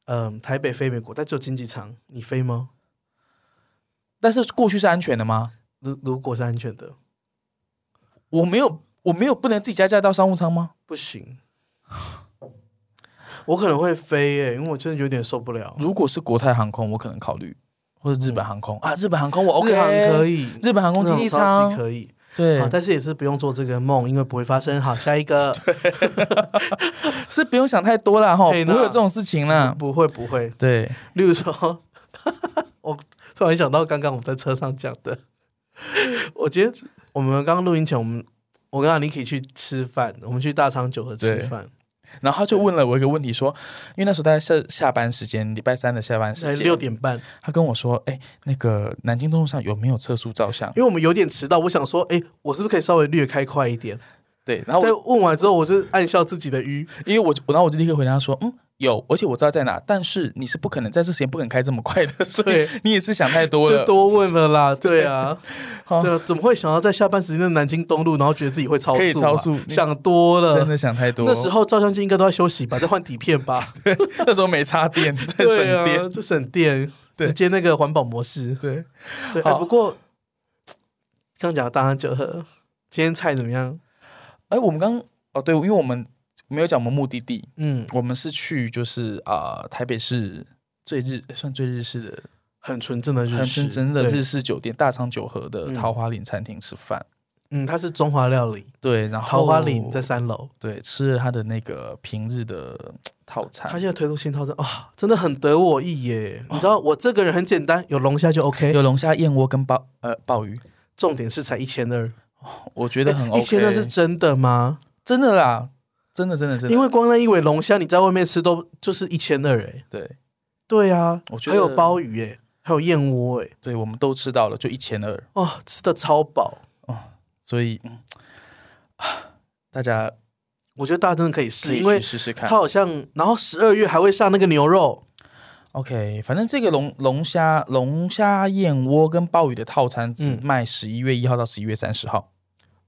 A: 嗯台北飞美国，但只有经济舱，你飞吗？
B: 但是过去是安全的吗？
A: 如如果是安全的，
B: 我没有，我没有不能自己加价到商务舱吗？
A: 不行。我可能会飞耶、因为我真的有点受不了。
B: 如果是国泰航空，我可能考虑，或者日本航空、啊，日本航空我 OK，
A: 日航可以，
B: 日本航空
A: 日
B: 经
A: 航
B: 济
A: 超级
B: 舱，
A: 可以，
B: 对
A: 好，，但是也是不用做这个梦，因为不会发生。好，下一 个
B: 是不用想太多啦，哈，不
A: 嘿
B: 会
A: 啦
B: 有这种事情啦。
A: 不会不会。
B: 对，
A: 例如说，我突然想到刚刚我们在车上讲的，我今天我们刚刚录音前，我们我跟阿 Niki 去吃饭，我们去大昌九和吃
B: 对
A: 饭，
B: 然后他就问了我一个问题，说，因为那时候大概下下班时间，礼拜三的下班时
A: 才
B: 间，
A: 六，点半，
B: 他跟我说，哎，那个南京东路上有没有测速照相？
A: 因为我们有点迟到，我想说，哎，我是不是可以稍微略开快一点？
B: 对，然后
A: 但
B: 我
A: 问完之后，我是暗笑自己的愚，
B: 因为我就，然后我就立刻回答说，嗯。有，而且我知道在哪，但是你是不可能在这时间不可能开这么快的，所以
A: 对
B: 你也是想太多了
A: 就。多问了啦， 对啊，
B: 啊好
A: 对啊，怎么会想要在下班时间的南京东路，然后觉得自己会超速啊？
B: 可以超速你
A: 想多了，
B: 真的想太多。
A: 那时候照相机应该都在休息吧，在换底片吧？
B: 那时候没插电， 在
A: 对
B: 省电。
A: 啊，就省电，
B: 对
A: 直接那个环保模式。
B: 对，
A: 对，哎，
B: 好
A: 不过刚讲大安九和，今天菜怎么样？
B: 哎，我们刚哦，对，因为我们没有讲我们目的地，
A: 嗯，
B: 我们是去就是啊、呃台北市最日算最日式的，
A: 很纯正的日式，
B: 很纯真的
A: 对
B: 日，式酒店大仓九和的
A: 嗯
B: 桃花岭餐厅吃饭。
A: 嗯，它是中华料理，
B: 对，然后
A: 桃花岭在三楼，
B: 对吃了他的那个平日的嗯套
A: 它
B: 餐
A: 现，在推出新套餐，哇，真的很得我意耶！你知道我这个人很简单，有龙虾就 OK，
B: 有龙虾、燕窝跟鲍呃鲍鱼，
A: 重点是才一千二，
B: 我觉得很 OK，
A: 一千二是真的吗？
B: 真的啦，真的真的真的，
A: 因为光那一尾龙虾，你在外面吃都就是一千二哎。
B: 对
A: 对啊，
B: 我觉
A: 还有
B: 得
A: 鲍鱼哎，还有燕窝哎，
B: 对，我们都吃到了，就一千二。
A: 哇，吃的超饱。
B: 所以，嗯，啊大家
A: 我觉得大家真的可以
B: 可
A: 试，
B: 以
A: 因为
B: 去试试
A: 它
B: 看。
A: 好像，然后十二月还会上那个牛肉，
B: OK，反正这个龙龙虾、龙虾燕窝跟鲍鱼的套餐只
A: 嗯
B: 卖十一月一号到十一月三十号，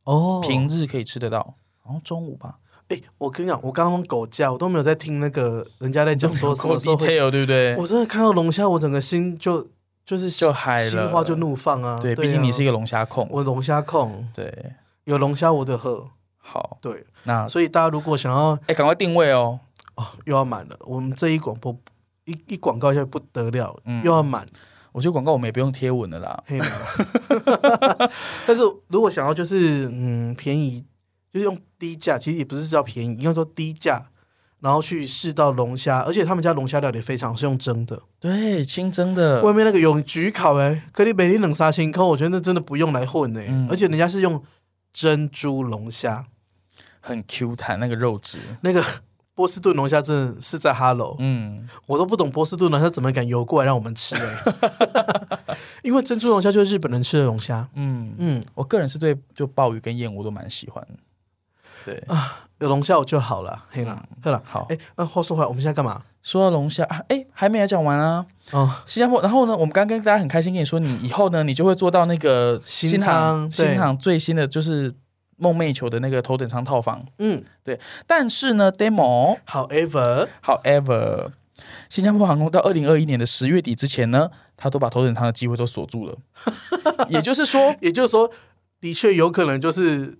A: 哦
B: 平日可以吃得到，然后中午吧。
A: 哎、我跟你讲，我刚刚狗叫，我都没有在听那个人家在讲 说什么时候会哦
B: detail 对不对？
A: 我真的看到龙虾，我整个心就就是
B: 就嗨了，
A: 心花就怒放啊！
B: 对，
A: 对啊，
B: 毕竟你是一个龙虾控。
A: 我龙虾控，
B: 对，
A: 有龙虾我的喝。
B: 好，
A: 对，
B: 那
A: 所以大家如果想要
B: 哎，赶快定位哦。
A: 哦，又要满了，我们这一广播一一广告一下不得了，
B: 嗯
A: 又要满。
B: 我觉得广告我们也不用贴文了啦。
A: 嘿啦 但是如果想要就是嗯便宜，就是用低价，其实也不是叫便宜，应该说低价，然后去试到龙虾，而且他们家龙虾料理非常是用蒸的，
B: 对，清蒸的
A: 外面那个用焗烤哎、欸，可你每天冷杀清空，我觉得那真的不用来混哎、
B: 嗯
A: 而且人家是用珍珠龙虾，
B: 很 Q 弹，那个肉质，
A: 那个 波士顿龙虾真的是在哈喽、
B: 嗯，
A: 我都不懂波士顿龙虾怎么敢游过来让我们吃哎、 因为珍珠龙虾就是日本人吃的龙虾，
B: 嗯，
A: 嗯，
B: 我个人是对就鲍鱼跟燕窝都蛮喜欢的。对，
A: 有龙虾我就好了，嘿啦，对啦。
B: 好，
A: 哎、那话说回来，我们现在干嘛？
B: 说到龙虾，啊哎、还没有讲完啊。
A: 哦，
B: 新加坡，然后呢，我们刚刚跟大家很开心跟你说，你以后呢，你就会做到那个
A: 新
B: 航
A: 舱对
B: 新航最新的就是梦寐以求的那个头等舱套房。
A: 嗯
B: 但是呢，demo
A: ，However，
B: however，新加坡航空到二零二一年的十月底之前呢，他都把头等舱的机会都锁住了。也就是说，
A: 也就是说，的确有可能就是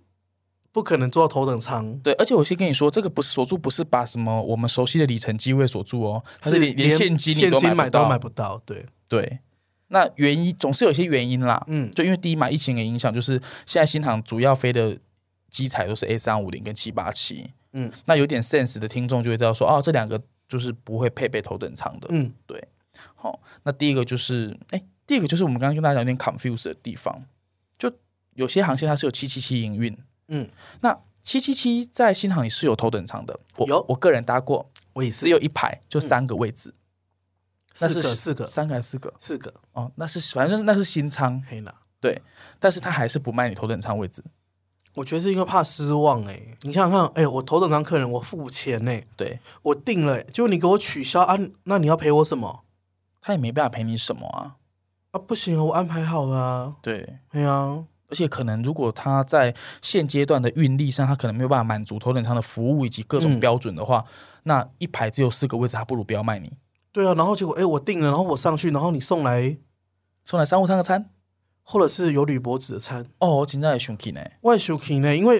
A: 不可能做到头等舱，
B: 对，而且我先跟你说，这个不是锁住，不是把什么我们熟悉的里程机位锁住哦，它是连连现金你
A: 现
B: 都
A: 金
B: 买不
A: 都
B: 到。
A: 买不到，对，
B: 对，那原因总是有一些原因啦。
A: 嗯，
B: 就因为第一嘛，疫情的影响，就是现在新航主要飞的机材都是 A 三五零跟七八七，
A: 嗯
B: 那有点 sense 的听众就会知道说，哦，这两个就是不会配备头等舱的。
A: 嗯，
B: 好、那第一个就是，哎，第一个就是我们刚刚跟大家讲有点 confuse 的地方，就有些航线它是有七七七营运，
A: 嗯，
B: 那七七七在新航里是有头等舱的，我
A: 有
B: 我个人搭过，
A: 我也
B: 只
A: 是
B: 有一排，就三个位置，那
A: 四
B: 是
A: 个四个
B: 三个还是四个？
A: 四个
B: 哦，那是反正那是新舱，
A: 黑了。
B: 对，但是他还是不卖你头等舱位置，
A: 我觉得是因为怕失望哎、你想想看，哎、我头等舱客人，我付钱呢、
B: 对
A: 我订了、结果你给我取消啊，那你要赔我什么
B: 他也没办法赔你什么啊，
A: 啊？不行啊，我安排好了啊，
B: 对。
A: 哎呀、啊，
B: 而且可能，如果他在现阶段的运力上，他可能没有办法满足头等舱的服务以及各种
A: 嗯
B: 标准的话，那一排只有四个位置，他不如不要卖你，
A: 对啊，然后结果哎、我订了，然后我上去，然后你送来
B: 送来商务舱的餐。
A: 或者是有铝箔纸的餐，
B: 哦，我今天也生气呢。
A: 我也 o k 呢，因为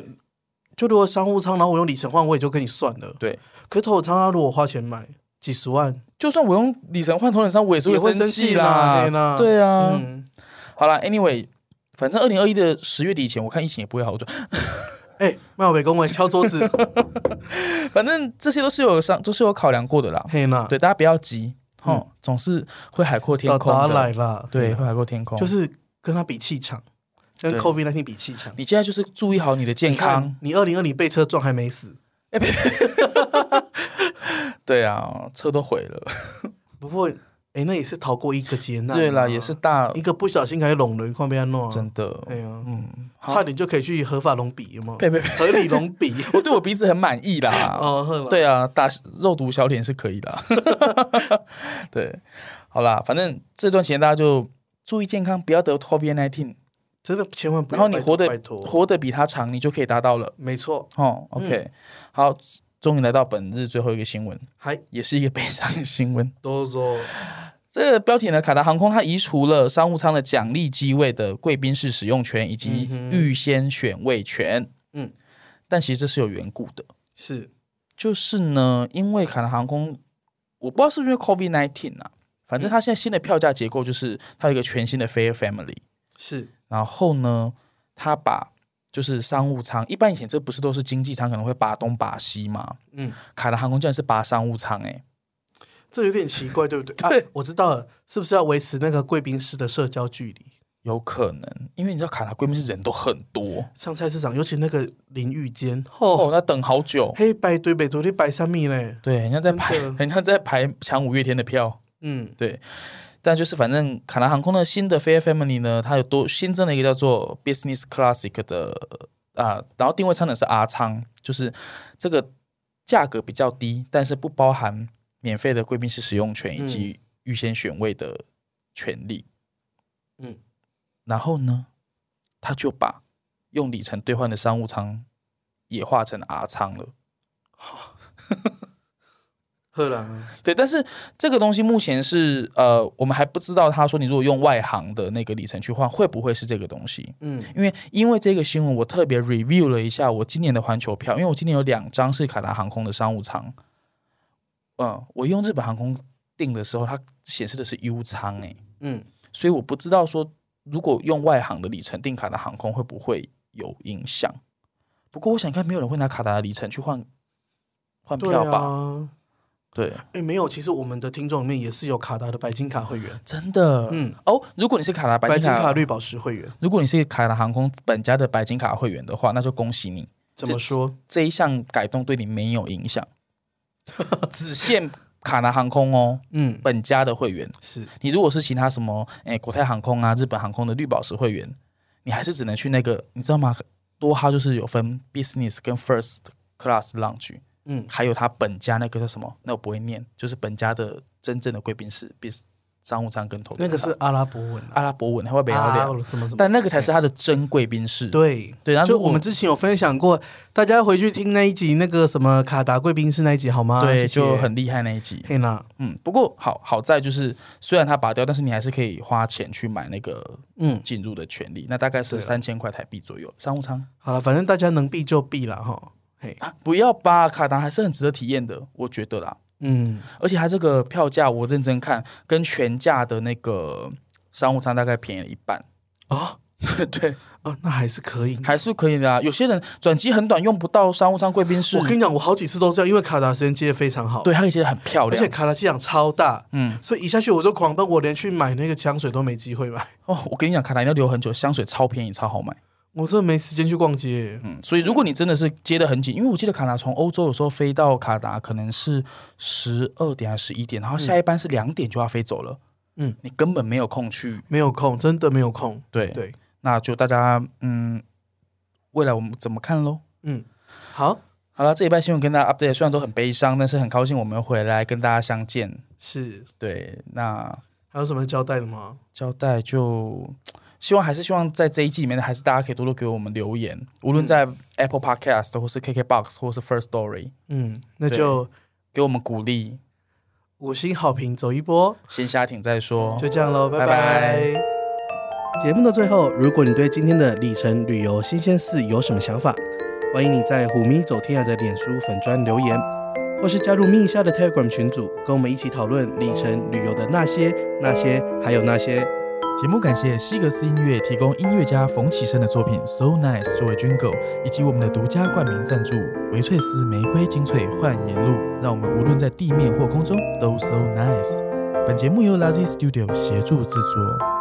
A: 就如果商务舱，然后我用里程换，我也就跟你算了。
B: 对，
A: 可是头等舱啊，如果我花钱买几十万，
B: 就算我用里程换头等舱，我也是
A: 也会
B: 生
A: 生气啦
B: 啦。
A: 嘿啦
B: 对啊，
A: 嗯，
B: 好啦 a n y w a y 反正二零二一的十月底以前，我看疫情也不会好转。
A: 哎、麦小北公文敲 桌子，
B: 反正这些都是有上，都是有考量过的啦。
A: 嘿啦，
B: 对，大家不要急，哦，总是会海阔天
A: 到
B: 空
A: 达
B: 的。
A: 来啦，
B: 对，会海阔天空。
A: 就是跟他比气场，跟
B: 对
A: COVID 1 9比气场。
B: 你现在就是注意好你的健康。，
A: 你二零二零被车撞还没死，
B: 对啊，车都毁了。
A: 不过哎、那也是逃过一个劫难、
B: 对啦，也是大
A: 一个不小心还拢了，况被他弄、啊，
B: 真的。
A: 哎呀、
B: 嗯，好
A: 差，点就可以去合法隆比，有没有？
B: 呸呸呸！
A: 合理隆比，
B: 我对我鼻子很满意啦。
A: 哦，呵啦，
B: 对啊，打肉毒小脸是可以的啊。 对，好啦，反正这段时间大家就注意健康，不要得 COVID nineteen，
A: 真的千万不
B: 然
A: 要拜托。
B: 后你活得
A: 拜托，
B: 活得比他长，你就可以达到了。
A: 没错，
B: 哦，OK，、好，
A: 嗯
B: 终于来到本日最后一个新闻，
A: 还
B: 也是一个悲伤的新闻。
A: 都说
B: 这个标题呢，卡达航空它移除了商务舱的奖励机位的贵宾室使用权以及
A: 嗯哼
B: 预先选位权。
A: 嗯
B: 但其实这是有缘故的。
A: 是
B: 就是呢，因为卡达航空，我不知道是不是因为 COVID nineteen 啊，
A: 嗯
B: 反正它现在新的票价结构就是它有一个全新的 Fair Family，
A: 是，
B: 然后呢，它把就是商务舱，一般以前这不是都是经济舱可能会拔东拔西嘛，
A: 嗯，
B: 卡达航空竟然是拔商务舱哎、
A: 这有点奇怪，对不对？
B: 对
A: 啊，我知道了，是不是要维持那个贵宾室的社交距离？
B: 有可能，因为你知道卡达贵宾是人都很多
A: 上菜市场，尤其那个淋浴间，
B: 哦
A: 哦，，
B: 那等好 久，
A: 黑白堆北堆，你摆三米嘞，
B: 对，人家在排，
A: 真的
B: 人家在排抢五月天的票。
A: 嗯，
B: 对，但就是反正卡达航空的新的 Fair Family 呢，它有多新增了一个叫做 Business Classic 的啊，然后定位舱呢是 R 舱，就是这个价格比较低，但是不包含免费的贵宾室使用权以及预先选位的权利。
A: 嗯，
B: 然后呢，他就把用里程兑换的商务舱也划成 R 舱了。
A: 赫然
B: 对，但是这个东西目前是呃，我们还不知道。他说你如果用外行的那个里程去换，会不会是这个东西？
A: 嗯，
B: 因为因为这个新闻，我特别 review 了一下我今年的环球票，因为我今年有两张是卡达航空的商务舱。嗯、我用日本航空订的时候，它显示的是 U 舱诶、
A: 嗯，
B: 所以我不知道说如果用外行的里程订卡达航空会不会有影响。不过我想应该没有人会拿卡达的里程去换换
A: 对
B: 票吧？
A: 啊，
B: 对，
A: 哎，没有，其实我们的听众里面也是有卡达的白金卡会员，
B: 真的，
A: 嗯，
B: 哦，如果你是卡达白
A: 白
B: 金
A: 金
B: 卡，
A: 卡绿宝石会员，
B: 如果你是卡达航空本家的白金卡会员的话，那就恭喜你，
A: 怎么说？
B: 这一项改动对你没有 影响，只限卡达航空哦，
A: 嗯，
B: 本家的会员。
A: 是
B: 你如果是其他什么，哎，国泰航空啊、日本航空的绿宝石会员，你还是只能去那个，你知道吗？多哈就是有分 business 跟 first class lounge，
A: 嗯
B: 还有他本家那个叫什么？那我不会念，就是本家的真正的贵宾室 b u s 商务舱跟头等舱。
A: 那个是阿拉伯文啊，
B: 阿拉伯文，他会北阿
A: 啊
B: 聊，
A: 什么什么，
B: 但那个才是他的真贵宾室。
A: 对。
B: 对，然后
A: 就
B: 哎如果
A: 我们之前有分享过，大家回去听那一集那个什么卡达贵宾室那一集好吗？
B: 对
A: 谢谢
B: 就很厉害那一集。
A: 啊嘿啦，
B: 嗯，不过好好在就是，虽然他拔掉，但是你还是可以花钱去买那个
A: 嗯，
B: 进入的权利，那大概是
A: 对啊
B: 三千块台币左右，商务舱
A: 好了，反正大家能避就避啦。哈，嘿，
B: 啊，不要吧，卡达还是很值得体验的，我觉得啦。
A: 嗯，
B: 而且它这个票价我认真看，跟全价的那个商务舱大概便宜了一半，
A: 哦
B: 对，
A: 哦，那还是可以，
B: 还是可以的啊。有些人转机很短，用不到商务舱贵宾室
A: 我，跟你讲，我好几次都这样，因为卡达时间接的非常好，，
B: 对，它可以接的很漂
A: 而
B: 亮
A: 且。卡达机场超大，
B: 嗯，
A: 所以一下去我就狂奔，我连去买那个香水都没机会买。
B: 哦，我跟你讲，卡达要留很久，香水超便宜，超好买。
A: 我真的没时间去逛街。
B: 嗯，所以如果你真的是接的很紧，因为我记得卡达从欧洲有时候飞到卡达可能是十二点还是十一点，然后下一班是两点就要飞走了。
A: 嗯，
B: 你根本没有空去。
A: 没有空，真的没有空。
B: 对，
A: 对，
B: 那就大家嗯，未来我们怎么看喽？
A: 嗯，好，
B: 好了，这礼拜新闻跟大家 update，虽然都很悲伤，但是很高兴我们回来跟大家相见。
A: 是
B: 对，那
A: 还有什么交代的吗？
B: 交代就希望还是希望在这一季里面，还是大家可以多多给我们留言，无论在 Apple Podcast 或是 KKBox 或是 First Story，
A: 嗯，那
B: 对
A: 就
B: 给我们鼓励，
A: 五星好评走一波，
B: 先下挺再说。
A: 就这样喽，拜
B: 拜拜
A: 拜。节目的最后，如果你对今天的里程旅游新鲜事有什么想法，欢迎你在虎咪走天涯的脸书粉砖留言，或是加入咪一下的 Telegram 群组，跟我们一起讨论里程旅游的那些、那些，还有那些。
B: 节目感谢西格斯音乐提供音乐家冯启生的作品《So Nice》作为 Jingle，以及我们的独家冠名赞助维翠斯玫瑰精粹焕颜露，让我们无论在地面或空中都 So Nice。本节目由 Lazy Studio 协助制作。